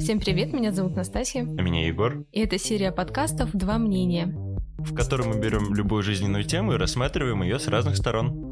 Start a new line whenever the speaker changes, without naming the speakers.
Всем привет, меня зовут Настасья,
А меня Егор,
и это серия подкастов «Два мнения».
в котором мы берем любую жизненную тему и рассматриваем ее с разных сторон.